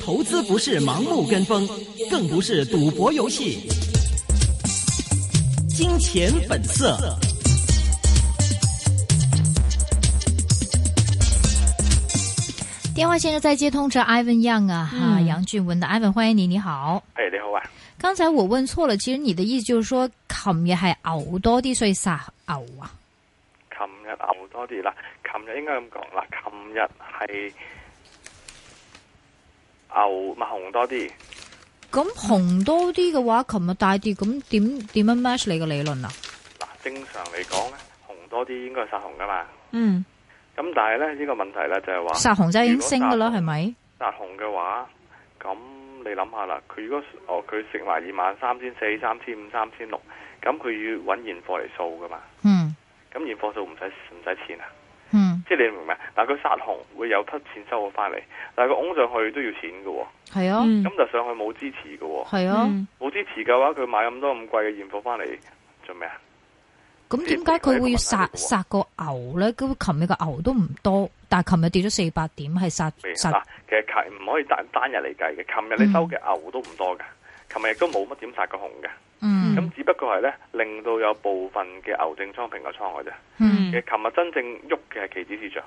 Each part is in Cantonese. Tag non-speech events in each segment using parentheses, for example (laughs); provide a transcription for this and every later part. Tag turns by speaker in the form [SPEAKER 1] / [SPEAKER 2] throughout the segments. [SPEAKER 1] 投資不是盲目跟風，更不是賭博遊戲。金錢本色。
[SPEAKER 2] 電話現在在接通着 Ivan Young 啊，哈、
[SPEAKER 3] 嗯
[SPEAKER 2] 楊俊文的 Ivan，歡迎你，你好。
[SPEAKER 4] 誒，你好啊！
[SPEAKER 2] 剛才我問錯了，其實你的意思就是說，琴日係牛多啲，所以殺牛啊？
[SPEAKER 4] 琴日牛多啲啦，琴日應該咁講啦，琴日係牛咪熊多啲，
[SPEAKER 2] 咁紅多啲嘅話，琴日大跌，咁點點樣 match 你嘅理論啊？
[SPEAKER 4] 嗱正常嚟講咧，熊多啲應該係殺熊噶嘛。
[SPEAKER 2] 嗯，
[SPEAKER 4] 咁但係咧呢、呢個問題咧就係話
[SPEAKER 2] 殺紅就已經升噶啦，
[SPEAKER 4] 啊如果啊
[SPEAKER 2] 係咪？
[SPEAKER 4] 殺熊嘅話，咁你諗下啦，佢如果哦佢食埋二萬三千四、三千五、三千六，咁佢要揾現貨嚟掃噶嘛？
[SPEAKER 2] 嗯
[SPEAKER 4] 咁現貨掃唔使唔使錢啊？
[SPEAKER 2] 嗯，
[SPEAKER 4] 即係你明唔明？嗱，佢殺熊會有筆錢收我翻嚟，但係佢拱上去都要錢噶喎。
[SPEAKER 2] 係啊
[SPEAKER 3] 嗯
[SPEAKER 4] 咁就上去冇支持嘅、喎，
[SPEAKER 2] 係啊，
[SPEAKER 4] 冇支持嘅話，佢買咁多咁貴嘅現貨翻嚟做咩啊？
[SPEAKER 2] 咁點解佢會要殺殺個牛咧？咁琴日個牛都唔多，但係琴日跌咗四百點，係殺
[SPEAKER 4] 明
[SPEAKER 2] 殺
[SPEAKER 4] 嗱，啊其實琴唔可以單單日嚟計嘅，琴日你收嘅牛都唔多㗎，琴日亦都冇乜點殺過熊嘅，
[SPEAKER 2] 嗯
[SPEAKER 4] 咁只不過係呢，令到有部分嘅牛證倉平個倉嘅啫。
[SPEAKER 2] 嗯
[SPEAKER 4] 其實琴日真正喐嘅係期指市場，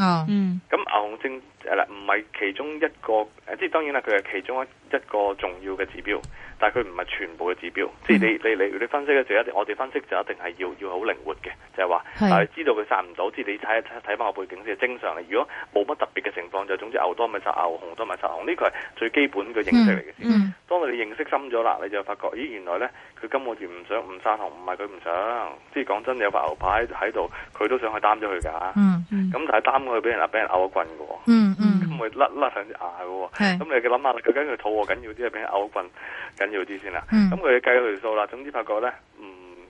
[SPEAKER 2] 啊
[SPEAKER 3] 嗯
[SPEAKER 4] 咁牛證誒呃嗱唔係其中一個誒，即係當然啦，佢係其中一一個重要嘅指標，但係佢唔係全部嘅指標。即係
[SPEAKER 2] 嗯
[SPEAKER 4] 你你你你分析嘅就一定，我哋分析就一定係要要好靈活嘅，就係話。但
[SPEAKER 2] 係
[SPEAKER 4] 係知道佢殺唔到，即係你睇一睇睇翻個背景先係正常嘅。如果冇乜特別嘅情況，就總之啊牛多咪殺牛，熊多咪殺熊，呢個係最基本嘅認識嚟嘅先。
[SPEAKER 2] 嗯
[SPEAKER 4] 當你認識深咗啦，你就發覺，咦，原來呢，佢今個月唔想唔殺熊，唔係佢唔想，即係講真，有塊牛排喺度，佢都想去擔咗佢㗎。
[SPEAKER 2] 嗯
[SPEAKER 3] 嗯
[SPEAKER 4] 咁但係擔佢俾人俾人咬個棍嘅喎，
[SPEAKER 2] 嗯嗯
[SPEAKER 4] 咁會甩甩上隻牙嘅喎。
[SPEAKER 2] 係
[SPEAKER 4] 咁你諗下啦，究竟佢肚餓緊要啲，係俾人咬個棍緊要啲先啦。
[SPEAKER 2] 嗯
[SPEAKER 4] 咁佢計咗條數啦，總之發覺呢，唔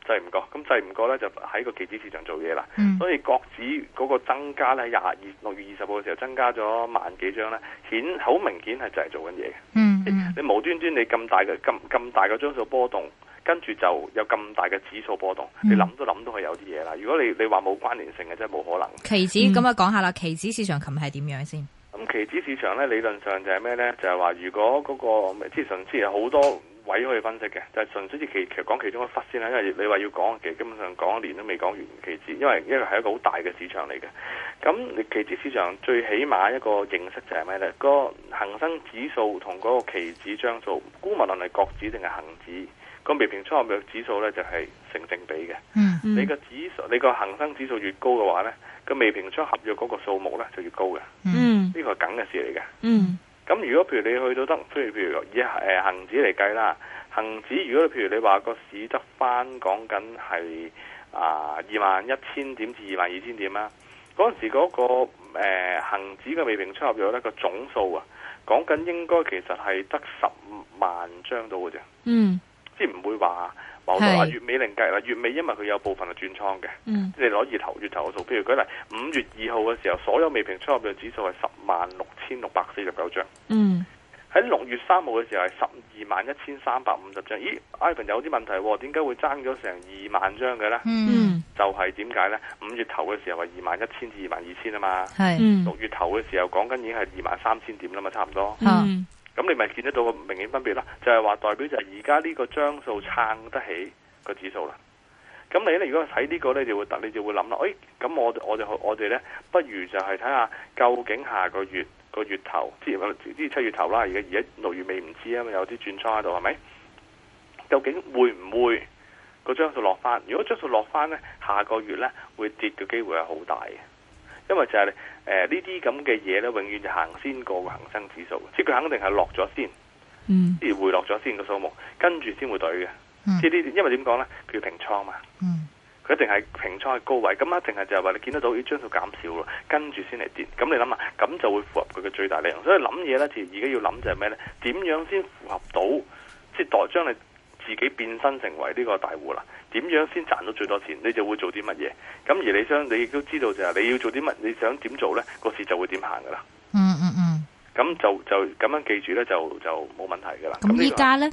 [SPEAKER 4] 制唔過，咁制唔過呢，就喺個期指市場做嘢啦。
[SPEAKER 2] 嗯
[SPEAKER 4] 所以國指嗰個增加咧，廿二六月二十號嘅時候增加咗萬幾張咧，顯好明顯係就係做緊嘢嘅。
[SPEAKER 2] 嗯嗯
[SPEAKER 4] 你無端端你咁大嘅咁咁大嘅張數波動，跟住就有咁大嘅指數波動，
[SPEAKER 2] 嗯
[SPEAKER 4] 你諗都諗到係有啲嘢啦。如果你你話冇關聯性嘅，真係冇可能。
[SPEAKER 2] 期指
[SPEAKER 3] 嗯
[SPEAKER 2] 咁啊，講下啦，期指市場琴日係點樣先？
[SPEAKER 4] 咁期指市場咧，理論上就係咩咧？就係話如果嗰、個即係純粹係好多位可以分析嘅，就係、純粹其其實講其中一忽先啦。因為你話要講，其實基本上講一年都未講完期指，因為因為係一個好大嘅市場嚟嘅。咁你期指市場最起碼一個認識就係咩咧？個恒生指數同嗰個期指張數，估無論係國指定係恒指，個未平倉合約指數咧就係成正比嘅。
[SPEAKER 2] 嗯
[SPEAKER 3] 嗯
[SPEAKER 4] 你個指數，你個恒生指數越高嘅話咧，個未平倉合約嗰個數目咧就越高嘅。
[SPEAKER 3] 嗯
[SPEAKER 4] 呢個係梗嘅事嚟嘅。
[SPEAKER 3] 嗯
[SPEAKER 4] 咁如果譬如你去到得，譬如譬如以誒恆指嚟計啦，恒指如果譬如你話個市得翻講緊係啊二萬一千點至二萬二千點啦，嗰陣時嗰、個誒、呃、恆指嘅未平倉合約咧個總數啊，講緊應該其實係得十萬張到嘅啫，
[SPEAKER 3] 嗯
[SPEAKER 4] 即係唔會話話好多啊
[SPEAKER 2] 係
[SPEAKER 4] 月尾另計啦，月尾因為佢有部分係轉倉嘅。
[SPEAKER 3] 嗯
[SPEAKER 4] 你攞月頭月頭嗰數，譬如舉例五月二號嘅時候，所有未平倉合約指數係十萬六千六百四十九張，
[SPEAKER 3] 嗯
[SPEAKER 4] 喺六月三號嘅時候係十二萬一千三百五十張。咦，Ivan 有啲問題喎，點解會爭咗成二萬張嘅呢？
[SPEAKER 2] 嗯
[SPEAKER 3] 嗯
[SPEAKER 4] 就係點解呢？五月頭嘅時候係二萬一千至二萬二千啊嘛，
[SPEAKER 2] 係
[SPEAKER 3] 嗯
[SPEAKER 4] 六月頭嘅時候講緊已經係二萬三千點啦嘛，差唔多。
[SPEAKER 3] 嗯
[SPEAKER 4] 咁你咪見得到個明顯分別啦，就係、話代表就係而家呢個張數撐得起個指數啦。咁你咧，如果睇呢個咧，就會特你就會諗啦，誒、咁我我哋我哋咧，不如就係睇下究竟下個月個月頭，即係即係七月頭啦，而家而家六月尾唔知啊嘛，有啲轉倉喺度係咪？究竟會唔會個張數落翻？如果張數落翻咧，下個月咧會跌嘅機會係好大嘅，因為就係、誒呢啲咁嘅嘢咧，永遠就行先過個恒生指數，即係佢肯定係落咗先，
[SPEAKER 3] 嗯
[SPEAKER 4] 即係回落咗先個數目，跟住先會對嘅。
[SPEAKER 2] 嗯
[SPEAKER 4] 即係呢啲，因為點講咧？佢要平倉嘛，
[SPEAKER 2] 嗯
[SPEAKER 4] 佢一定係平倉喺高位，咁一定係就係話你見得到呢張數減少咯，跟住先嚟跌。咁你諗下，咁就會符合佢嘅最大利用。所以諗嘢咧，其實而家要諗就係咩咧？點樣先符合到，即係代將你自己變身成為呢個大戶啦？點樣先賺到最多錢？你就會做啲乜嘢？咁而你想，你亦都知道就係你要做啲乜，你想點做咧？個市就會點行噶啦。
[SPEAKER 2] 嗯嗯嗯，
[SPEAKER 4] 咁就就咁樣記住咧，就就冇問題噶啦。
[SPEAKER 2] 咁
[SPEAKER 4] 呢
[SPEAKER 2] 依
[SPEAKER 4] 個
[SPEAKER 2] 家咧，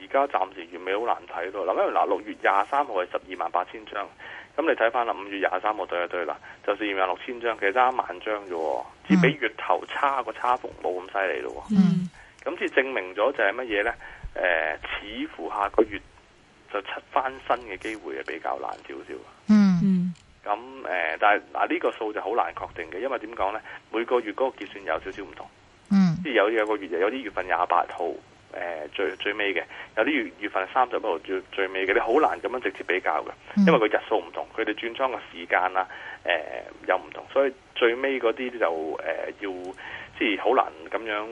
[SPEAKER 4] 而家暫時月尾好難睇咯。嗱，因為嗱六月廿三號係十二萬八千張，咁你睇翻啦，五月廿三號對一對啦，就四萬六千張，其實爭一萬張啫喎，只比月頭差個差幅冇咁犀利咯
[SPEAKER 2] 嗯
[SPEAKER 4] 喎。咁至證明咗就係乜嘢呢？誒、似乎下個月就出翻身嘅機會係比較難少少。
[SPEAKER 2] 嗯
[SPEAKER 3] 嗯
[SPEAKER 4] 咁誒、但係嗱呢個數就好難確定嘅，因為點講呢？每個月嗰個結算有少少唔同。
[SPEAKER 2] 嗯
[SPEAKER 4] 即係有有個月有啲月份廿八號誒最最尾嘅，有啲月月份三十一號最最尾嘅，你好難咁樣直接比較嘅，
[SPEAKER 2] 嗯
[SPEAKER 4] 因為個日數唔同，佢哋轉倉嘅時間啦，誒、又唔同，所以最尾嗰啲就誒、呃要即係好難咁樣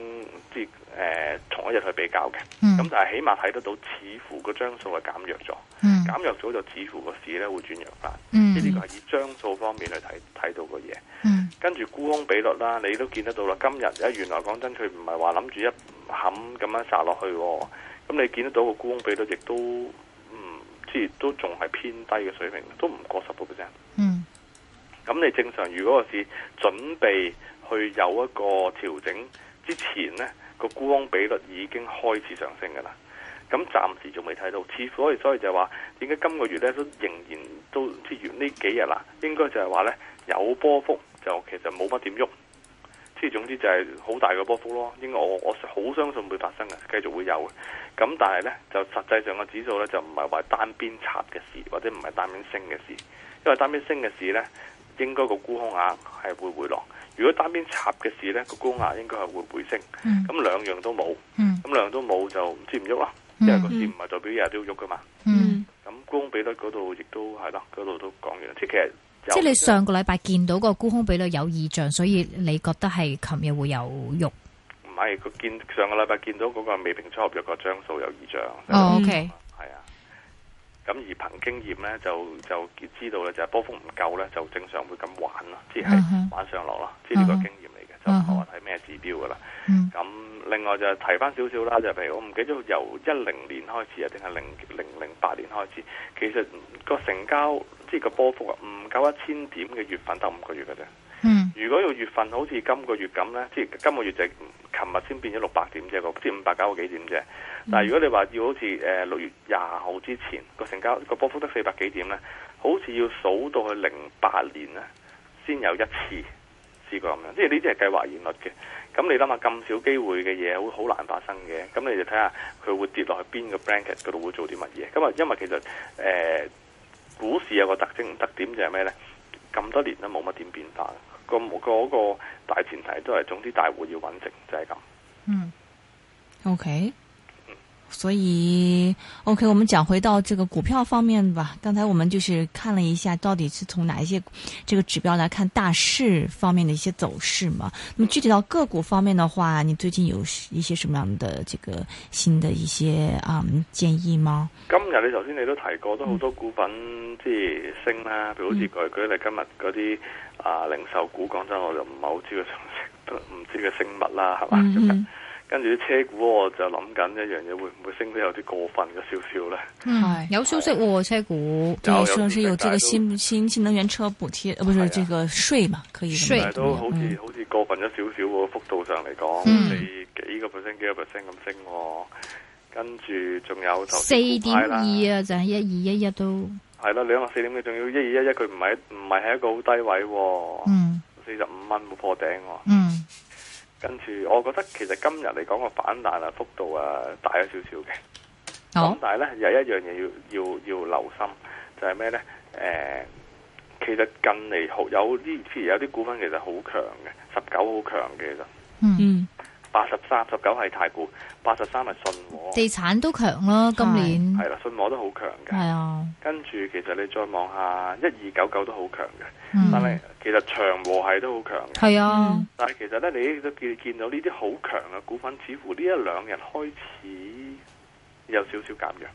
[SPEAKER 4] 即係誒、呃同一日去比較嘅，
[SPEAKER 2] 嗯
[SPEAKER 4] 咁但係起碼睇得到，似乎個張數係減弱咗，
[SPEAKER 2] 嗯
[SPEAKER 4] 減弱咗就似乎個市咧會轉弱翻，
[SPEAKER 2] 嗯
[SPEAKER 4] 即係呢個係以張數方面去睇睇到個嘢。
[SPEAKER 2] 嗯
[SPEAKER 4] 跟住沽空比率啦，你都見得到啦。今日啊，原來講真，佢唔係話諗住一冚咁樣殺落去喎。咁你見得到個沽空比率亦都唔即係都仲係偏低嘅水平，都唔過十個 percent。
[SPEAKER 2] 嗯
[SPEAKER 4] 咁你正常如果個市準備去有一個調整之前呢，個沽空比率已經開始上升㗎啦。咁暫時仲未睇到，似乎所以所以就係話點解今個月呢都仍然都即係呢幾日啦，應該就係話呢，有波幅就其實冇乜點喐，即係總之就係好大嘅波幅咯。應該我我好相信會發生嘅，繼續會有嘅。咁但係呢，就實際上個指數呢，就唔係話單邊插嘅事，或者唔係單邊升嘅事，因為單邊升嘅事呢。應該個沽空額係會回落。如果單邊插嘅市呢，個沽空額應該係會回升。
[SPEAKER 2] 嗯
[SPEAKER 4] 咁兩樣都冇，
[SPEAKER 2] 嗯
[SPEAKER 4] 咁兩樣都冇就唔知唔喐啦。因
[SPEAKER 2] 嗯
[SPEAKER 4] 為個市唔係代表日日都要喐噶嘛。
[SPEAKER 2] 嗯，
[SPEAKER 3] 嗯
[SPEAKER 4] 咁沽空比率嗰度亦都係啦，嗰度都講完。即係其實有
[SPEAKER 2] 即係你上個禮拜見到個沽空比率有異象，所以你覺得係琴日會有肉？
[SPEAKER 4] 唔係佢見上個禮拜見到嗰個未平倉合約個張數有異象。
[SPEAKER 2] 哦
[SPEAKER 3] 嗯
[SPEAKER 2] ，OK，
[SPEAKER 4] 係啊。咁而憑經驗呢，就就知道咧，就係波幅唔夠呢，就正常會咁玩啦，即係
[SPEAKER 2] 嗯哼
[SPEAKER 4] 玩上落啦，即係呢個
[SPEAKER 2] 嗯哼
[SPEAKER 4] 經驗嚟嘅，就唔係話睇咩指標噶啦。
[SPEAKER 2] 嗯
[SPEAKER 4] 咁另外就提翻少少啦，就譬如我唔記得由一零年開始啊，定係零零零八年開始，其實個成交即係個波幅啊，唔夠一千點嘅月份得五個月嘅啫。
[SPEAKER 2] 嗯
[SPEAKER 4] 如果個月份好似今個月咁呢，即係今個月就係琴日先變咗六百點啫，個即係五百九個幾點啫。但係如果你話要好似誒六月廿號之前個成交個波幅得四百幾點呢，好似要數到去零八年呢，先有一次試過咁樣，即係呢啲係計劃現率嘅。咁你諗下咁少機會嘅嘢，好好難發生嘅。咁你就睇下佢會跌落去邊個 blanket 嗰度會做啲乜嘢。咁啊，因為其實誒、呃股市有個特徵特點就係咩呢？咁多年都冇乜點變化，個嗰個大前提都係總之大戶要揾食就係咁。
[SPEAKER 2] 嗯
[SPEAKER 3] ，OK。所以，OK，我们讲回到这个股票方面吧。刚才我们就是看了一下，到底是从哪一些这个指标来看大市方面的一些走势嘛。那么具体到个股方面的话，你最近有一些什么样的这个新的一些啊、嗯建议吗？
[SPEAKER 4] 今日你頭先你都提過，都好多股份即係升啦，譬如好
[SPEAKER 3] 嗯
[SPEAKER 4] 似舉舉例今日嗰啲啊零售股，講真我就唔係好知佢升 (laughs) 都唔知佢升乜啦，係嘛？
[SPEAKER 3] 嗯嗯
[SPEAKER 4] 跟住啲車股我就諗緊一樣嘢，會唔會升得有啲過分咗少少呢？
[SPEAKER 2] 嗯
[SPEAKER 3] 係，
[SPEAKER 2] 有消息喎，車股
[SPEAKER 4] 有
[SPEAKER 3] 对，
[SPEAKER 4] 有
[SPEAKER 3] 说是有这
[SPEAKER 4] 大家
[SPEAKER 3] 个
[SPEAKER 4] 都
[SPEAKER 3] 新新新能源车补贴，呃，不
[SPEAKER 4] 哎
[SPEAKER 3] 是
[SPEAKER 4] 呀
[SPEAKER 3] 这个税嘛，可以这
[SPEAKER 2] 税
[SPEAKER 3] 么
[SPEAKER 4] 但係都好似、
[SPEAKER 3] 嗯
[SPEAKER 4] 好似過分咗少少喎，幅度上嚟講，
[SPEAKER 2] 嗯
[SPEAKER 4] 你幾個 percent 幾個 percent 咁升喎，跟住仲有頭
[SPEAKER 2] 四
[SPEAKER 4] 先股
[SPEAKER 2] 點
[SPEAKER 4] 派
[SPEAKER 2] 二
[SPEAKER 4] 啦
[SPEAKER 2] 啊，就係一二一一都，
[SPEAKER 4] 係啦，兩個四點嘅，仲要一二一一，佢唔係唔係喺一個好低位喎，
[SPEAKER 2] 嗯
[SPEAKER 4] 四十五蚊冇破頂喎。
[SPEAKER 2] 嗯
[SPEAKER 4] 跟住，我覺得其實今日嚟講個反彈啊幅度啊大咗少少嘅。咁、
[SPEAKER 2] 好，
[SPEAKER 4] 但係呢，有一樣嘢要要要留心，就係、咩呢？誒、其實近嚟好有啲，譬如有啲股份其實好強嘅，十九好強嘅，其實
[SPEAKER 2] 嗯，
[SPEAKER 3] 嗯
[SPEAKER 4] 八十三、十九係太古，八十三係信和，
[SPEAKER 2] 地產都強啦，今年
[SPEAKER 4] 係啦，信和都好強
[SPEAKER 2] 係
[SPEAKER 4] 嘅。
[SPEAKER 2] 啊，
[SPEAKER 4] 跟住其實你再望下一二九九都好強嘅，但
[SPEAKER 2] 嗯
[SPEAKER 4] 係其實長和係都好強嘅。
[SPEAKER 2] 係啊，
[SPEAKER 4] 但係其實咧，你都見見到呢啲好強嘅股份，似乎呢一兩日開始有少少減弱。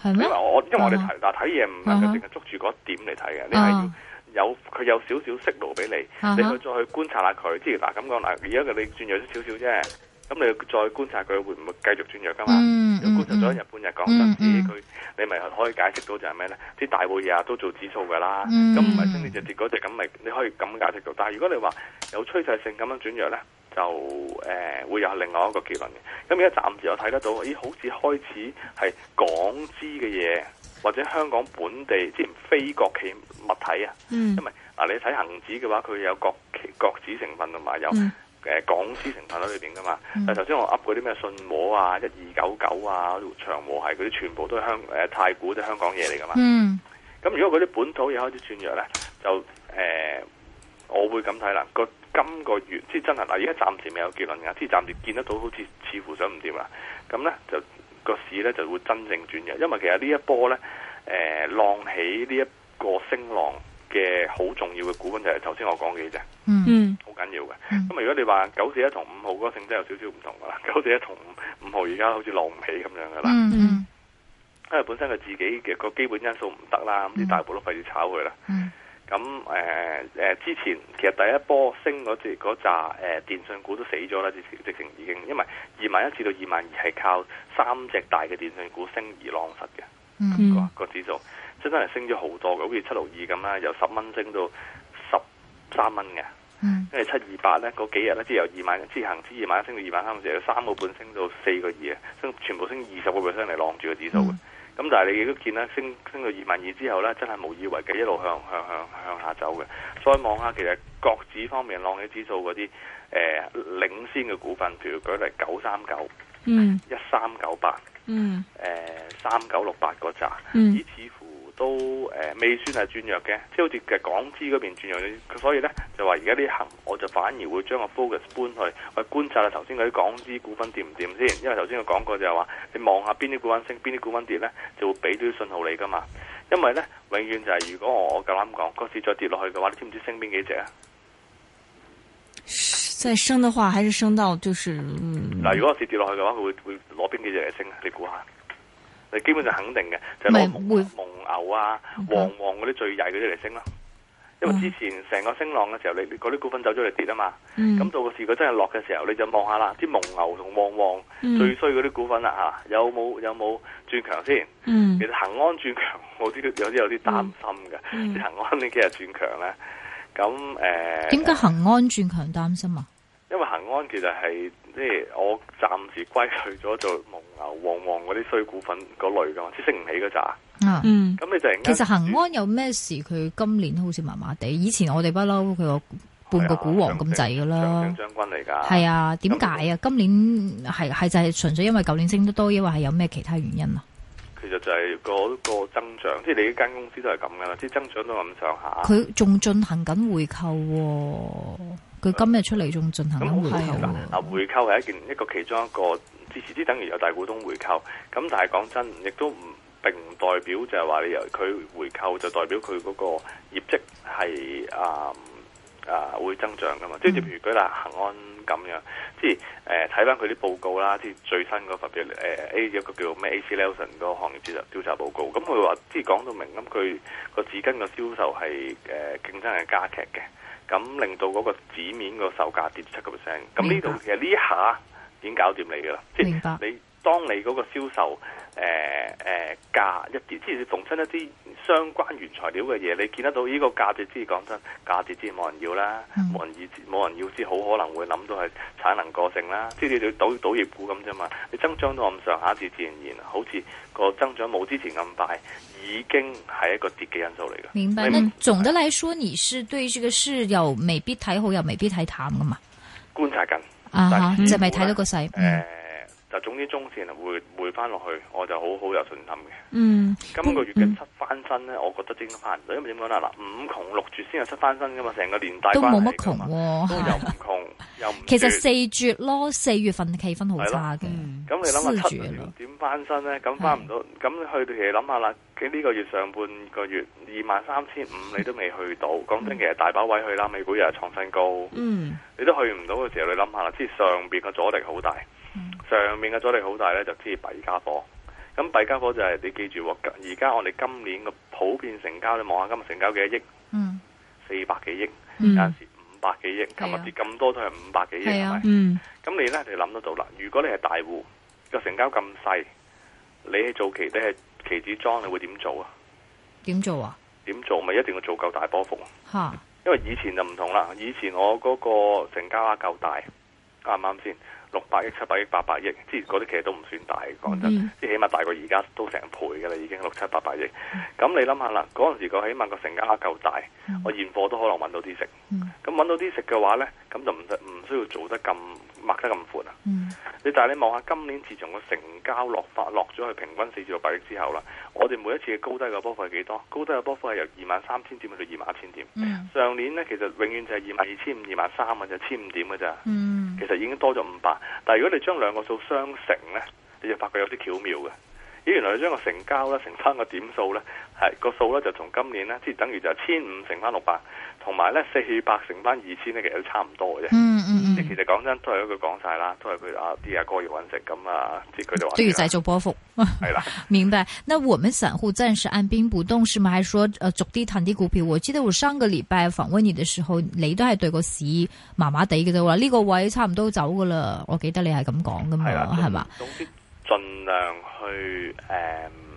[SPEAKER 2] 係
[SPEAKER 4] 因
[SPEAKER 2] 咩
[SPEAKER 4] 為？我因為我哋
[SPEAKER 2] 啊哈
[SPEAKER 4] 睇嗱睇嘢唔能
[SPEAKER 2] 啊哈
[SPEAKER 4] 夠淨係捉住嗰一點嚟睇嘅，你係
[SPEAKER 2] 啊
[SPEAKER 4] 要有佢有少少息路俾你，
[SPEAKER 2] 啊
[SPEAKER 4] 你
[SPEAKER 2] 哈
[SPEAKER 4] 去再去觀察下佢。即係嗱咁講嗱，而家佢你轉弱咗少少啫，咁你再觀察佢會唔會繼續轉弱噶嘛？
[SPEAKER 2] 嗯
[SPEAKER 4] 如
[SPEAKER 2] 嗯
[SPEAKER 4] 果觀察咗一
[SPEAKER 2] 嗯
[SPEAKER 4] 日半日，講真，
[SPEAKER 2] 嗯嗯
[SPEAKER 4] 咦佢你咪可以解釋到就係咩咧？啲大會日日都做指數㗎啦，
[SPEAKER 2] 嗯
[SPEAKER 4] 啊咁唔係升呢只跌嗰只，咁咪你可以咁解釋到。但係如果你話有趨勢性咁樣轉弱咧，就誒、呃、會有另外一個結論嘅。咁而家暫時我睇得到，咦，好似開始係港資嘅嘢，或者香港本地即係非國企物體啊。
[SPEAKER 3] 嗯
[SPEAKER 4] 因為嗱、你睇恒指嘅話，佢有國企國指成分同埋有誒
[SPEAKER 3] 嗯
[SPEAKER 4] 港資成分喺裏邊噶嘛。
[SPEAKER 3] 嗯
[SPEAKER 4] 但係頭先我噏嗰啲咩信和啊、一二九九啊、長和係嗰啲，全部都係香誒太古都係香港嘢嚟噶嘛。
[SPEAKER 2] 嗯
[SPEAKER 4] 咁如果嗰啲本土嘢開始轉弱咧，就誒、呃我會咁睇啦。個今個月即係真係嗱，而家暫時未有結論㗎，即係暫時見得到好似似乎想唔掂啦。咁咧就個市咧就會真正轉弱，因為其實呢一波咧誒、呃浪起呢一個升浪嘅好重要嘅股份就係頭先我講嘅啫，
[SPEAKER 2] 嗯
[SPEAKER 3] 嗯
[SPEAKER 4] 好緊要嘅。
[SPEAKER 2] 嗯
[SPEAKER 4] 咁如果你話九四一同五號嗰個性質有少少唔同㗎啦，九四一同五五號而家好似浪唔起咁樣㗎啦。
[SPEAKER 2] 嗯
[SPEAKER 4] 因為本身佢自己嘅個基本因素唔得啦，咁啲大部都費事炒佢啦。
[SPEAKER 2] 嗯
[SPEAKER 4] 咁誒誒，之前其實第一波升嗰隻嗰扎誒電信股都死咗啦，直情直情已經，因為二萬一至到二萬二係靠三隻大嘅電信股升而浪實嘅。
[SPEAKER 2] 嗯
[SPEAKER 3] 嗯
[SPEAKER 4] 個個指數，真係升咗好多嘅，好似七六二咁啦，由十蚊升到十三蚊嘅。
[SPEAKER 2] 嗯
[SPEAKER 4] 跟住七二八咧，嗰幾日咧，即係由二萬，即係恒指二萬一升到二萬三，就有三個半升到四個二啊，升全部升二十個 percent 嚟浪住個指數嘅。
[SPEAKER 2] 嗯
[SPEAKER 4] 咁但係你亦都見啦，升升到二萬二之後咧，真係無以為繼，一路向向向向下走嘅。再望下其實國指方面浪起指數嗰啲誒領先嘅股份，譬如舉例九三九、
[SPEAKER 3] 嗯
[SPEAKER 4] 一三九八、
[SPEAKER 3] 嗯
[SPEAKER 4] 誒呃三九六八嗰扎。
[SPEAKER 3] 嗯
[SPEAKER 4] 咦，似乎都誒、呃未算係轉弱嘅，即係好似嘅港資嗰邊轉弱咗，所以咧就話而家呢行我就反而會將個 focus 搬去去觀察下頭先嗰啲港資股份掂唔掂先，因為頭先我講過就係話你望下邊啲股份升，邊啲股份跌咧，就會俾到啲信號你噶嘛。因為咧，永遠就係如果我我夠膽講，個市再跌落去嘅話，你知唔知升邊幾隻啊？
[SPEAKER 3] 再升的话，还是升到就是嗯
[SPEAKER 4] 嗱、如果個市跌落去嘅話，佢會會攞邊幾隻嚟升啊？你估下？你基本上肯定嘅，就係攞
[SPEAKER 2] 咪
[SPEAKER 4] 蒙
[SPEAKER 2] 會
[SPEAKER 4] 蒙牛啊、
[SPEAKER 3] 嗯
[SPEAKER 4] 旺旺嗰啲最曳嗰啲嚟升咯。因
[SPEAKER 3] 哦
[SPEAKER 4] 為之前成個升浪嘅時候，你你嗰啲股份走咗嚟跌啊嘛。
[SPEAKER 3] 嗯
[SPEAKER 4] 咁到個市佢真係落嘅時候，你就望下啦，啲蒙牛同旺旺最
[SPEAKER 3] 嗯
[SPEAKER 4] 衰嗰啲股份啦嚇，有冇有冇轉強先？
[SPEAKER 3] 嗯
[SPEAKER 4] 其實恒安轉強，我啲有啲有啲擔心嘅。
[SPEAKER 3] 嗯
[SPEAKER 4] 恒安呢幾日轉強咧，咁誒。呃
[SPEAKER 2] 點解恒安轉強擔心啊？
[SPEAKER 4] 因為恒安其實係即係我暫時歸類咗做蒙牛、旺旺嗰啲衰股份嗰類噶嘛，即係升唔起嗰扎。
[SPEAKER 2] 啊，
[SPEAKER 3] 嗯
[SPEAKER 4] 咁你突然
[SPEAKER 2] 其
[SPEAKER 4] 間
[SPEAKER 2] 實恒安有咩事？佢今年好似麻麻地，以前我哋不嬲佢個半
[SPEAKER 4] 啊
[SPEAKER 2] 個股王咁滯噶
[SPEAKER 4] 長
[SPEAKER 2] 啦
[SPEAKER 4] 征。將軍嚟㗎，
[SPEAKER 2] 係啊，點解啊？今年係係就係純粹因為舊年升得多，抑或係有咩其他原因啊？
[SPEAKER 4] 其實就係嗰個增長，即係你呢間公司都係咁噶啦，即係增長到咁上下。
[SPEAKER 2] 佢仲進行緊回購、喎，佢今日出嚟仲進行
[SPEAKER 4] 咁
[SPEAKER 2] 緊回購、
[SPEAKER 4] 好似嗱，啊
[SPEAKER 2] 喎。
[SPEAKER 4] 回購係一件一個其中一個支持，之等於有大股東回購。咁但係講真，亦都唔並唔代表就係話你由佢回購就代表佢嗰個業績係啊啊會增長噶嘛。即係譬如舉例恒安咁樣，即係誒睇翻佢啲報告啦，即係最新嗰份譬如誒 A 有個叫咩 AC Nelson 嗰個行業調查調查報告，咁佢話即係講到明咁，佢個紙巾嘅銷售係誒、呃、競爭係加劇嘅。咁令到嗰個紙面個售價跌七個 percent。咁呢度
[SPEAKER 2] 明白
[SPEAKER 4] 其實呢一下已經搞掂你噶啦，即
[SPEAKER 2] 明白
[SPEAKER 4] 係你當你嗰個銷售誒誒呃價一跌，即係你逢親一啲相關原材料嘅嘢，你見得到呢個價跌，之講真，價跌之冇人要啦，
[SPEAKER 2] 嗯
[SPEAKER 4] 冇人要，冇人要之好可能會諗到係產能過剩啦，即係你賭賭業股咁啫嘛。你增長到咁上下，自自然然好似個增長冇之前咁快，已經係一個跌嘅因素嚟嘅。
[SPEAKER 2] 明白。
[SPEAKER 4] 你
[SPEAKER 2] 那總的來說，你是對這個市又未必睇好，又未必睇淡噶嘛？
[SPEAKER 4] 觀察緊。
[SPEAKER 2] 啊哈，
[SPEAKER 4] 嗯
[SPEAKER 2] 就咪睇到個勢。
[SPEAKER 4] 誒、
[SPEAKER 2] 嗯
[SPEAKER 4] 就總之中線回回翻落去，我就好好有信心嘅。
[SPEAKER 3] 嗯
[SPEAKER 4] 今個月嘅
[SPEAKER 3] 嗯
[SPEAKER 4] 七翻身咧，我覺得都應該翻唔到，因為點講咧？嗱，五窮六絕先有七翻身噶嘛，成個年代
[SPEAKER 2] 都冇
[SPEAKER 4] 關
[SPEAKER 2] 乜
[SPEAKER 4] 係㗎
[SPEAKER 2] 窮
[SPEAKER 4] 嘛
[SPEAKER 2] 喎，
[SPEAKER 4] 都又唔窮又唔
[SPEAKER 2] 其實
[SPEAKER 4] 絕
[SPEAKER 2] 四絕咯，四月份嘅氣氛好差嘅。
[SPEAKER 3] 嗯
[SPEAKER 4] 咁你諗下
[SPEAKER 2] 四
[SPEAKER 4] 七
[SPEAKER 2] 絕啊
[SPEAKER 4] 點
[SPEAKER 2] 咯
[SPEAKER 4] 點翻身咧？咁翻唔到，咁去到其實諗下啦，佢呢個月上半個月二萬三千五你都未去到，講真其實大把位
[SPEAKER 2] 嗯
[SPEAKER 4] 去啦，美股又係創新高。
[SPEAKER 3] 嗯
[SPEAKER 4] 你都去唔到嘅時候，你諗下啦，即係上邊嘅阻力好大，
[SPEAKER 2] 嗯
[SPEAKER 4] 上面嘅阻力好大呢，就即係弊家伙。咁弊家伙就係、你記住喎，而家我哋今年嘅普遍成交，你望下今日成交幾多億？
[SPEAKER 2] 嗯，
[SPEAKER 4] 四百幾億，有
[SPEAKER 3] 嗯
[SPEAKER 4] 陣時五百幾億，琴日跌咁多都係五百幾億，
[SPEAKER 2] 啊係
[SPEAKER 4] 係
[SPEAKER 2] 啊
[SPEAKER 4] 咪？
[SPEAKER 3] 嗯
[SPEAKER 4] 咁你呢，你諗得到啦。如果你係大戶，個成交咁細，你係做期，你係期指莊，你會點做啊？
[SPEAKER 2] 點做啊？
[SPEAKER 4] 點做咪一定要做夠大波幅啊？
[SPEAKER 2] 吓，
[SPEAKER 4] 因為以前就唔同啦，以前我嗰個成交額夠大，啱唔啱先？六百億、七百億、八百億，之前嗰啲其實都唔算大，講真，
[SPEAKER 3] 嗯
[SPEAKER 4] 即係起碼大過而家都成倍㗎啦，已經六七八百億。咁你諗下啦，嗰陣時個起碼個成交額夠大，我現貨都可能揾到啲食。
[SPEAKER 2] 嗯
[SPEAKER 4] 咁揾到啲食嘅話呢，咁就唔使唔需要做得咁擘得咁闊啊！
[SPEAKER 2] 嗯
[SPEAKER 4] 你但係你望下今年自從個成交落法落咗去平均四至六百億之後啦，我哋每一次嘅高低嘅波幅係幾多？高低嘅波幅係由二萬三千點去到二萬一千點。
[SPEAKER 2] 嗯
[SPEAKER 4] 上年呢，其實永遠就係二萬二千五、二萬三嘅啫，千五點嘅咋。
[SPEAKER 2] 嗯
[SPEAKER 4] 其實已經多咗五百。但係如果你將兩個數相乘呢，你就發覺有啲巧妙嘅。咦，原來你將個成交咧乘翻個點數呢，係個數呢就從今年呢，即係等於就係千五乘翻六百，同埋呢四百乘翻二千呢，其實都差唔多嘅啫。
[SPEAKER 2] 嗯
[SPEAKER 4] 即係其
[SPEAKER 2] 嗯，
[SPEAKER 4] 實講真，都係一句講晒啦，都係佢啊啲阿哥要揾食咁啊，即係佢哋話
[SPEAKER 2] 都要再做波
[SPEAKER 4] (laughs)
[SPEAKER 2] 幅。
[SPEAKER 4] 係啦。
[SPEAKER 2] (laughs) 明白。那我们散户暂时按兵不动是吗？还是说呃逐啲探啲股票？我記得我上個禮拜訪問你嘅時候，你都係對個市麻麻地嘅啫喎。呢、個位差唔多走噶啦，我記得你係咁講噶嘛，
[SPEAKER 4] 係啦，
[SPEAKER 2] 係嘛？
[SPEAKER 4] 總之盡量去誒、嗯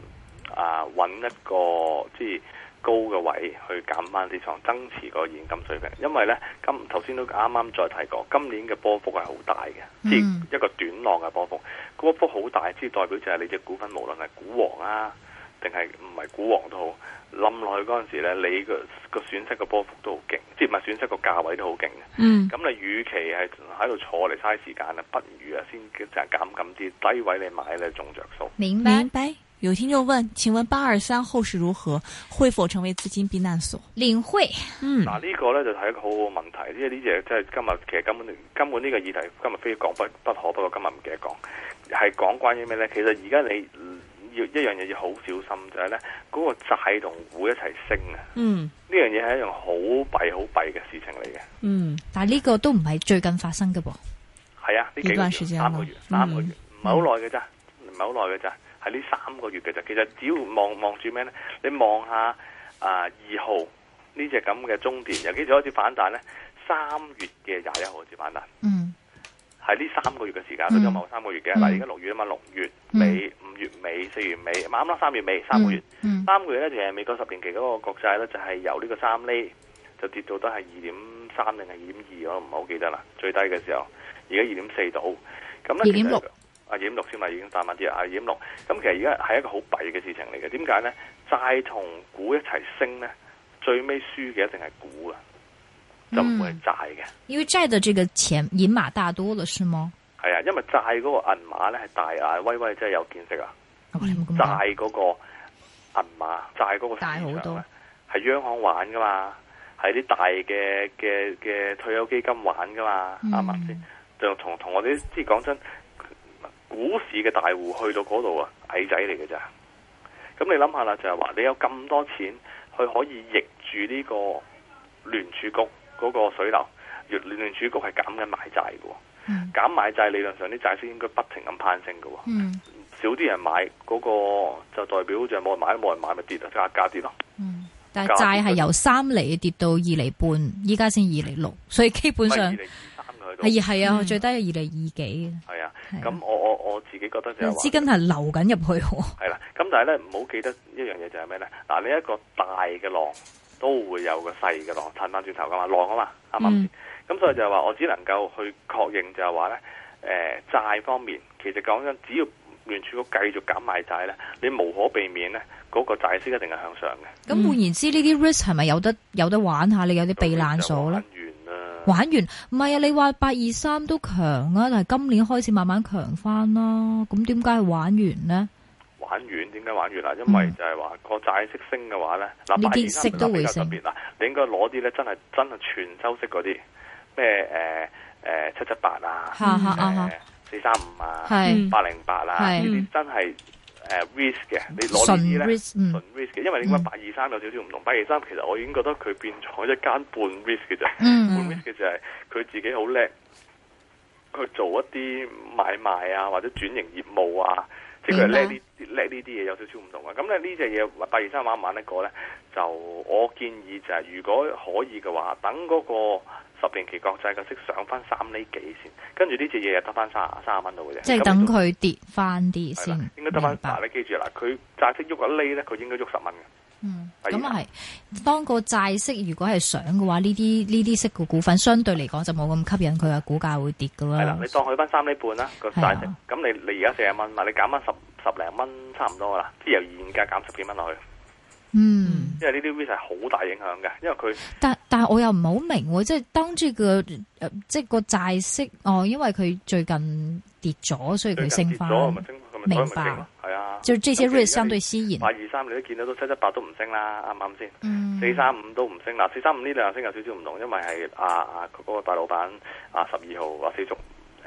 [SPEAKER 4] 啊揾一個即係高嘅位去減翻啲倉，增持個現金水平。因為咧，今頭先都啱啱再提過，今年嘅波幅係好大嘅，即
[SPEAKER 2] 嗯
[SPEAKER 4] 係一個短浪嘅波幅。個波幅好大，即係代表就係你隻股份無論係股王啊，定係唔係股王都好，冧落去嗰陣時咧，你個個損失嘅波幅都好勁，即係唔係損失個價位都好勁嘅。
[SPEAKER 3] 嗯
[SPEAKER 4] 咁你與其係喺度坐嚟嘥時間啊，不如啊先就係減咁啲低位你買咧，仲着數。
[SPEAKER 2] 明白
[SPEAKER 3] 明。白。有聽眾問，請問八二三後市如何？會否成為資金避難所？
[SPEAKER 2] 領會
[SPEAKER 3] 嗯
[SPEAKER 4] 嗱，呢個呢就係一個好好嘅問題，因為呢隻真係今日其實根本根本呢個議題今日非講不不可，不過今日唔記得講，係講關於咩呢？其實而家你嗯要一樣嘢要好小心就係呢嗰個債同股一齊升啊！
[SPEAKER 3] 嗯
[SPEAKER 4] 呢樣嘢係一樣好弊好弊嘅事情嚟嘅。
[SPEAKER 3] 嗯
[SPEAKER 2] 但係呢個都唔係最近發生嘅噃。
[SPEAKER 4] 係啊，呢幾
[SPEAKER 3] 呢
[SPEAKER 4] 個
[SPEAKER 3] 段
[SPEAKER 4] 月
[SPEAKER 3] 時間
[SPEAKER 4] 三個月
[SPEAKER 3] 咯，
[SPEAKER 4] 三個月
[SPEAKER 3] 嗯
[SPEAKER 4] 唔係好耐嘅咋，唔係好耐嘅咋，係呢三個月嘅咋。其實只要望望住咩呢？你望下啊二號呢隻咁嘅中電，由幾時開始反彈呢？三月嘅廿一號開始反彈，
[SPEAKER 2] 嗯
[SPEAKER 4] 係呢三個月嘅時間，
[SPEAKER 2] 嗯
[SPEAKER 4] 佢都冇三個月嘅。
[SPEAKER 2] 嗯
[SPEAKER 4] 嗱，而家六月啊嘛，六月
[SPEAKER 2] 嗯
[SPEAKER 4] 尾、五月尾、四月尾，啱啱三月尾，三個月。
[SPEAKER 2] 嗯
[SPEAKER 4] 三個月咧就係美國十年期嗰個國債咧，就係由呢個三厘就跌到都係二點三定係二點二，我唔係好記得啦。最低嘅時候，而家二點四度，咁咧
[SPEAKER 2] 2.6
[SPEAKER 4] 啊二點六先咪已經彈翻啲啊二點六。咁其實而家係一個好弊嘅事情嚟嘅。點解咧？債同股一齊升咧，最尾輸嘅一定係股啊，就唔會係債嘅。
[SPEAKER 2] 因為債的這個錢銀碼大多了，是嗎？
[SPEAKER 4] 係啊，因為債嗰個銀碼咧係大啊，威威真係有見識啊！
[SPEAKER 2] 我哋冇咁大。
[SPEAKER 4] 債嗰個銀碼，債嗰個市
[SPEAKER 2] 大好
[SPEAKER 4] 場
[SPEAKER 2] 多
[SPEAKER 4] 咧，係央行玩噶嘛，係啲大嘅嘅嘅退休基金玩噶嘛，
[SPEAKER 2] 嗯
[SPEAKER 4] 啱唔啱先？就同同我哋即係講真，股市嘅大戶去到嗰度啊，矮仔嚟嘅咋？咁你諗下啦，就係話你有咁多錢，佢可以逆住呢個聯儲局嗰個水流，聯聯儲局係減緊買債嘅喎，
[SPEAKER 2] 嗯
[SPEAKER 4] 減買債理論上啲債息應該不停咁攀升嘅喎。
[SPEAKER 2] 嗯
[SPEAKER 4] 少啲人買嗰、個就代表就冇人買，冇人買咪跌啊，價價跌咯。
[SPEAKER 2] 嗯，但係債係由三厘跌到二厘半，依家先二厘六，所以基本
[SPEAKER 4] 咪二
[SPEAKER 2] 上
[SPEAKER 4] 零二三佢
[SPEAKER 2] 係
[SPEAKER 4] 喺
[SPEAKER 2] 啊係啊，
[SPEAKER 3] 嗯
[SPEAKER 2] 最低係二厘二幾嘅。
[SPEAKER 4] 度，係
[SPEAKER 2] 係
[SPEAKER 4] 啊。
[SPEAKER 2] 啊嗯
[SPEAKER 4] 咁我我我自己覺得就係話嗯
[SPEAKER 2] 資金係流緊入去喎。
[SPEAKER 4] 係啦。咁但係咧，唔好記得一樣嘢就係咩咧？嗱，你一個大嘅浪都會有個細嘅浪，褪翻轉頭噶嘛，浪啊嘛，啱唔啱
[SPEAKER 3] 嗯
[SPEAKER 4] 先？咁所以就係話，我只能夠去確認就係話咧，誒、債方面，其實講真，只要聯儲局繼續減買債咧，你無可避免咧，嗰、個債息一定係向上嘅。
[SPEAKER 2] 咁換言之，呢啲 risk 係咪有得有得玩下？你有啲避難所咧？
[SPEAKER 4] 就嗯玩完啦。
[SPEAKER 2] 玩完唔係啊？你話八二三都強啊，但係今年開始慢慢強翻啦。咁點解係玩完呢？
[SPEAKER 4] 玩完點解玩完啦？啊因為
[SPEAKER 2] 嗯
[SPEAKER 4] 就係話個債息升嘅話咧，嗱，
[SPEAKER 2] 呢啲
[SPEAKER 4] 八二
[SPEAKER 2] 息
[SPEAKER 4] 三
[SPEAKER 2] 都
[SPEAKER 4] 就
[SPEAKER 2] 會
[SPEAKER 4] 比較特
[SPEAKER 2] 升
[SPEAKER 4] 別啦。你應該攞啲咧真係真係全收息嗰啲，咩誒誒七七八啊，
[SPEAKER 2] 嚇嚇啊嚇，
[SPEAKER 4] 四三五啊，
[SPEAKER 2] 係
[SPEAKER 3] 嗯
[SPEAKER 4] 八零八啊，
[SPEAKER 2] 係
[SPEAKER 4] 呢啲真係誒 risk 嘅，你攞呢
[SPEAKER 2] 純
[SPEAKER 4] 啲咧
[SPEAKER 2] risk，嗯
[SPEAKER 4] 純 risk 嘅，因為點解
[SPEAKER 2] 嗯
[SPEAKER 4] 八二三有少少唔同？八二三其實我已經覺得佢變咗一間半 risk 嘅啫。
[SPEAKER 2] 嗯
[SPEAKER 4] 本 risk 嘅就係佢自己好叻，佢做一啲買賣啊，或者轉型業務啊，即係佢係叻呢叻呢啲嘢有少少唔同啊。咁咧呢只嘢八二三玩唔玩得過咧？就我建議就係、如果可以嘅話，等嗰個十年期國債嘅息上翻三厘幾先，跟住呢只嘢又得翻三三十蚊度嘅啫。
[SPEAKER 2] 即係
[SPEAKER 4] 咁
[SPEAKER 2] 等
[SPEAKER 4] 你都
[SPEAKER 2] 佢跌翻啲
[SPEAKER 4] 係
[SPEAKER 2] 先
[SPEAKER 4] 啦，應該得翻
[SPEAKER 2] 明白
[SPEAKER 4] 嗱，你記住啦，佢債息喐一厘咧，佢應該喐十蚊嘅。
[SPEAKER 2] 嗯，
[SPEAKER 4] 第二
[SPEAKER 2] 咁
[SPEAKER 4] 啦
[SPEAKER 2] 啊係，當個債息如果係上嘅話，呢啲呢啲息嘅股份相對嚟講就冇咁吸引佢嘅啊股價會跌噶
[SPEAKER 4] 係啦
[SPEAKER 2] 啦，
[SPEAKER 4] 你。當佢翻三厘半啦個
[SPEAKER 2] 嗯係
[SPEAKER 4] 債
[SPEAKER 2] 啊
[SPEAKER 4] 值，咁你你而家四十蚊嘛，你減翻十十零蚊差唔多噶啦，即係由現價減十幾蚊落去，
[SPEAKER 2] 嗯。
[SPEAKER 4] 因為呢啲 Visa 好大影響嘅，因為佢
[SPEAKER 2] 但但系我又唔係好明喎，即係當住個诶，即係個債息哦，因為佢最近跌咗，所以
[SPEAKER 4] 最
[SPEAKER 2] 佢
[SPEAKER 4] 近
[SPEAKER 2] 升
[SPEAKER 4] 跌
[SPEAKER 2] 翻
[SPEAKER 4] 咗，。咁咪升，咁咪所以咪
[SPEAKER 2] 明白
[SPEAKER 4] 升咯，係啊，
[SPEAKER 2] 就這些
[SPEAKER 4] 咁而家
[SPEAKER 2] risk 相對吸引
[SPEAKER 4] 買。二三你都見到都七七八都唔升啦，啱唔啱先？
[SPEAKER 2] 嗯
[SPEAKER 4] 四三五都唔升嗱，四三五呢兩星有少少唔同，因為係啊啊嗰個大老闆啊十二號話四叔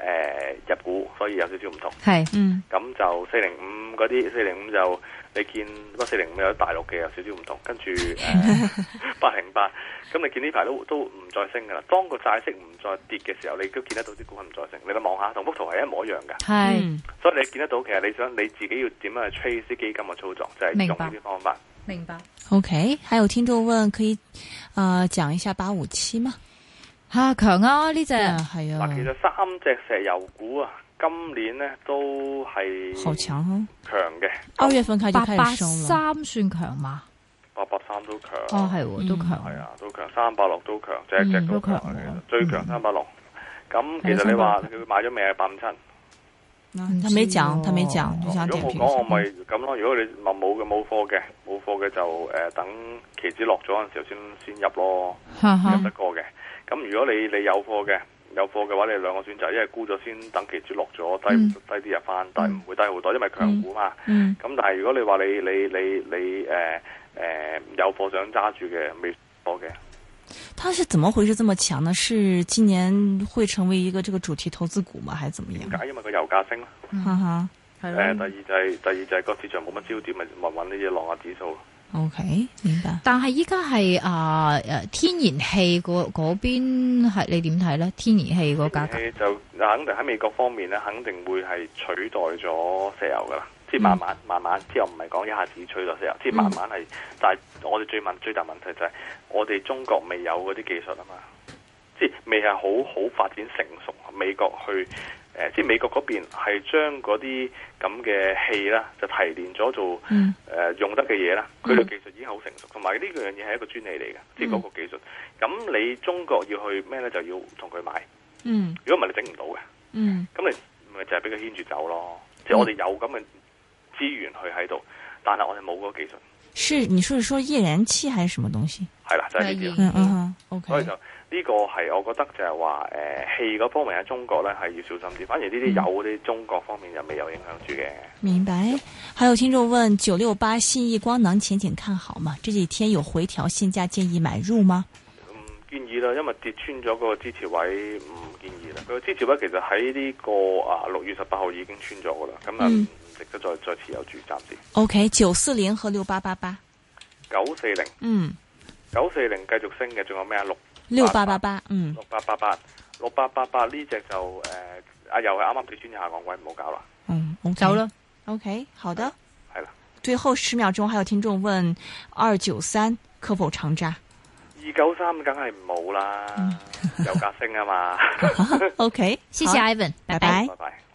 [SPEAKER 4] 誒入股，所以有少少唔同。
[SPEAKER 2] 係
[SPEAKER 3] 嗯
[SPEAKER 4] 咁就四零五嗰啲，四零五就你見不過四零五有大陸嘅有少少唔同，跟
[SPEAKER 2] (laughs)
[SPEAKER 4] 住誒八零八，咁你見呢排都都唔再升噶啦。當個債息唔再跌嘅時候，你都見得到啲股份唔再升。你咪望下，同幅圖係一模一樣嘅，
[SPEAKER 2] 係，
[SPEAKER 3] 嗯
[SPEAKER 4] 所以你見得到其實你想你自己要點樣去 trace 啲基金嘅操作，就係、
[SPEAKER 2] 明
[SPEAKER 4] 用
[SPEAKER 2] 白
[SPEAKER 4] 呢啲方法。
[SPEAKER 2] 明白。
[SPEAKER 3] ，OK，还有听众问，可以呃讲一下八五七吗？
[SPEAKER 2] 吓強啊呢只，
[SPEAKER 3] 系啊
[SPEAKER 4] 嗱，，其實三隻石油股啊，今年咧都係
[SPEAKER 3] 好强哦，
[SPEAKER 4] 強嘅，
[SPEAKER 2] 哦
[SPEAKER 3] 二月份开始就
[SPEAKER 2] 八
[SPEAKER 3] 开
[SPEAKER 2] 八
[SPEAKER 3] 始升了，
[SPEAKER 2] 三算強嘛？
[SPEAKER 4] 八八三都強，
[SPEAKER 2] 哦係喎，都
[SPEAKER 3] 嗯
[SPEAKER 2] 強。
[SPEAKER 4] 係啊，都強，三百六都強，隻隻
[SPEAKER 2] 嗯
[SPEAKER 4] 都
[SPEAKER 2] 都
[SPEAKER 4] 強
[SPEAKER 2] 強
[SPEAKER 4] 嘅，
[SPEAKER 2] 喎
[SPEAKER 4] 最強
[SPEAKER 3] 嗯
[SPEAKER 4] 三百六。
[SPEAKER 2] 啊
[SPEAKER 4] 咁其實你話佢買咗未啊？八五七，
[SPEAKER 3] 嗯他没讲，他没讲，就想
[SPEAKER 4] 如
[SPEAKER 3] 点
[SPEAKER 4] 果冇
[SPEAKER 3] 评
[SPEAKER 4] 講我咪
[SPEAKER 3] 一下。
[SPEAKER 4] 咁咯。如果你話冇嘅冇貨嘅，冇貨嘅就誒、呃等期指落咗嗰陣時候先先入咯，
[SPEAKER 2] 嗯哈哈
[SPEAKER 4] 入得過嘅。咁如果你你有貨嘅。有貨嘅話，你有兩個選擇，一係沽咗先，等期指落咗低、
[SPEAKER 2] 嗯
[SPEAKER 4] 低啲入翻，但係唔會低好多，因為強股嘛。
[SPEAKER 3] 嗯
[SPEAKER 4] 咁但係如果你話你你你你誒誒有貨想揸住嘅未貨嘅，
[SPEAKER 3] 它是怎么回事这么强呢？是今年会成为一个这个主题投资股吗？还是怎么
[SPEAKER 4] 點
[SPEAKER 3] 样？
[SPEAKER 4] 解？因為個油價升啦。
[SPEAKER 3] 哈哈
[SPEAKER 4] 誒、
[SPEAKER 2] 係
[SPEAKER 4] 第
[SPEAKER 2] 咯
[SPEAKER 4] 二。就係、第二就係個市場冇乜焦點，咪咪揾呢啲浪下指數。
[SPEAKER 3] ，OK，明白。
[SPEAKER 2] 但係依家係啊诶天然氣嗰嗰邊係你點睇咧？天然氣個價格
[SPEAKER 4] 誒就肯定喺美國方面咧，肯定會係取代咗石油噶啦。即
[SPEAKER 2] 嗯
[SPEAKER 4] 係慢慢、慢慢，之後唔係講一下子取代石油，即係慢慢係。但係我哋最問最大問題就係、我哋中國未有嗰啲技術啊嘛，即係未係好好發展成熟。美國去誒、呃即係美國嗰邊係將嗰啲咁嘅氣啦，就提煉咗做。
[SPEAKER 3] 嗯
[SPEAKER 4] 誒、用得嘅嘢啦，
[SPEAKER 2] 嗯
[SPEAKER 4] 佢嘅技術已經好成熟，同埋呢樣嘢係一個專利嚟嘅，即係嗰個技術。咁你中國要去咩呢？就要同佢買，
[SPEAKER 3] 嗯
[SPEAKER 4] 如果唔係你整唔到嘅，
[SPEAKER 3] 嗯
[SPEAKER 4] 咁你咪就係俾佢牽住走咯。即係我哋有咁嘅資源去喺度，但係我哋冇嗰個技術，
[SPEAKER 3] 是你说是说页岩气还是什么东西？
[SPEAKER 4] 係啦，就係呢啲啦。
[SPEAKER 3] 嗯嗯哼
[SPEAKER 4] 所以
[SPEAKER 3] ，OK，
[SPEAKER 4] 就呢個係我覺得就係話誒氣嗰方面喺中國呢係要小心啲，反而呢
[SPEAKER 3] 嗯
[SPEAKER 4] 啲有啲中國方面就未有影響住嘅。
[SPEAKER 3] 明白。还有听众问九六八信义光能前景看好吗？这几天有回调，现价建议买入吗？
[SPEAKER 4] 唔建議啦，因為跌穿咗個支持位，唔建議啦。佢個支持位其實喺呢、個啊六月十八號已經穿咗噶啦，咁啊
[SPEAKER 3] 嗯
[SPEAKER 4] 唔值得再再持有住，暫時
[SPEAKER 3] OK，九四零和六八八八，
[SPEAKER 4] 九四零
[SPEAKER 3] 嗯，
[SPEAKER 4] 九四零繼續升嘅，仲有咩啊？六
[SPEAKER 3] 六八八八，嗯
[SPEAKER 4] 六八八八六八八八呢只就誒啊又係啱啱跌穿下降位，唔好搞啦，
[SPEAKER 3] 嗯，OK，
[SPEAKER 2] 走啦。
[SPEAKER 3] ，OK，好的。
[SPEAKER 4] 係啦。
[SPEAKER 3] 最后十秒钟，还有听众问二九三可否长 (laughs) 揸
[SPEAKER 4] 二九三梗係
[SPEAKER 3] 嗯
[SPEAKER 4] 唔好啦，油價升啊嘛，
[SPEAKER 3] ？OK，
[SPEAKER 2] 謝謝
[SPEAKER 3] 好啊
[SPEAKER 2] Ivan，
[SPEAKER 3] (laughs) 拜拜。
[SPEAKER 4] 拜拜。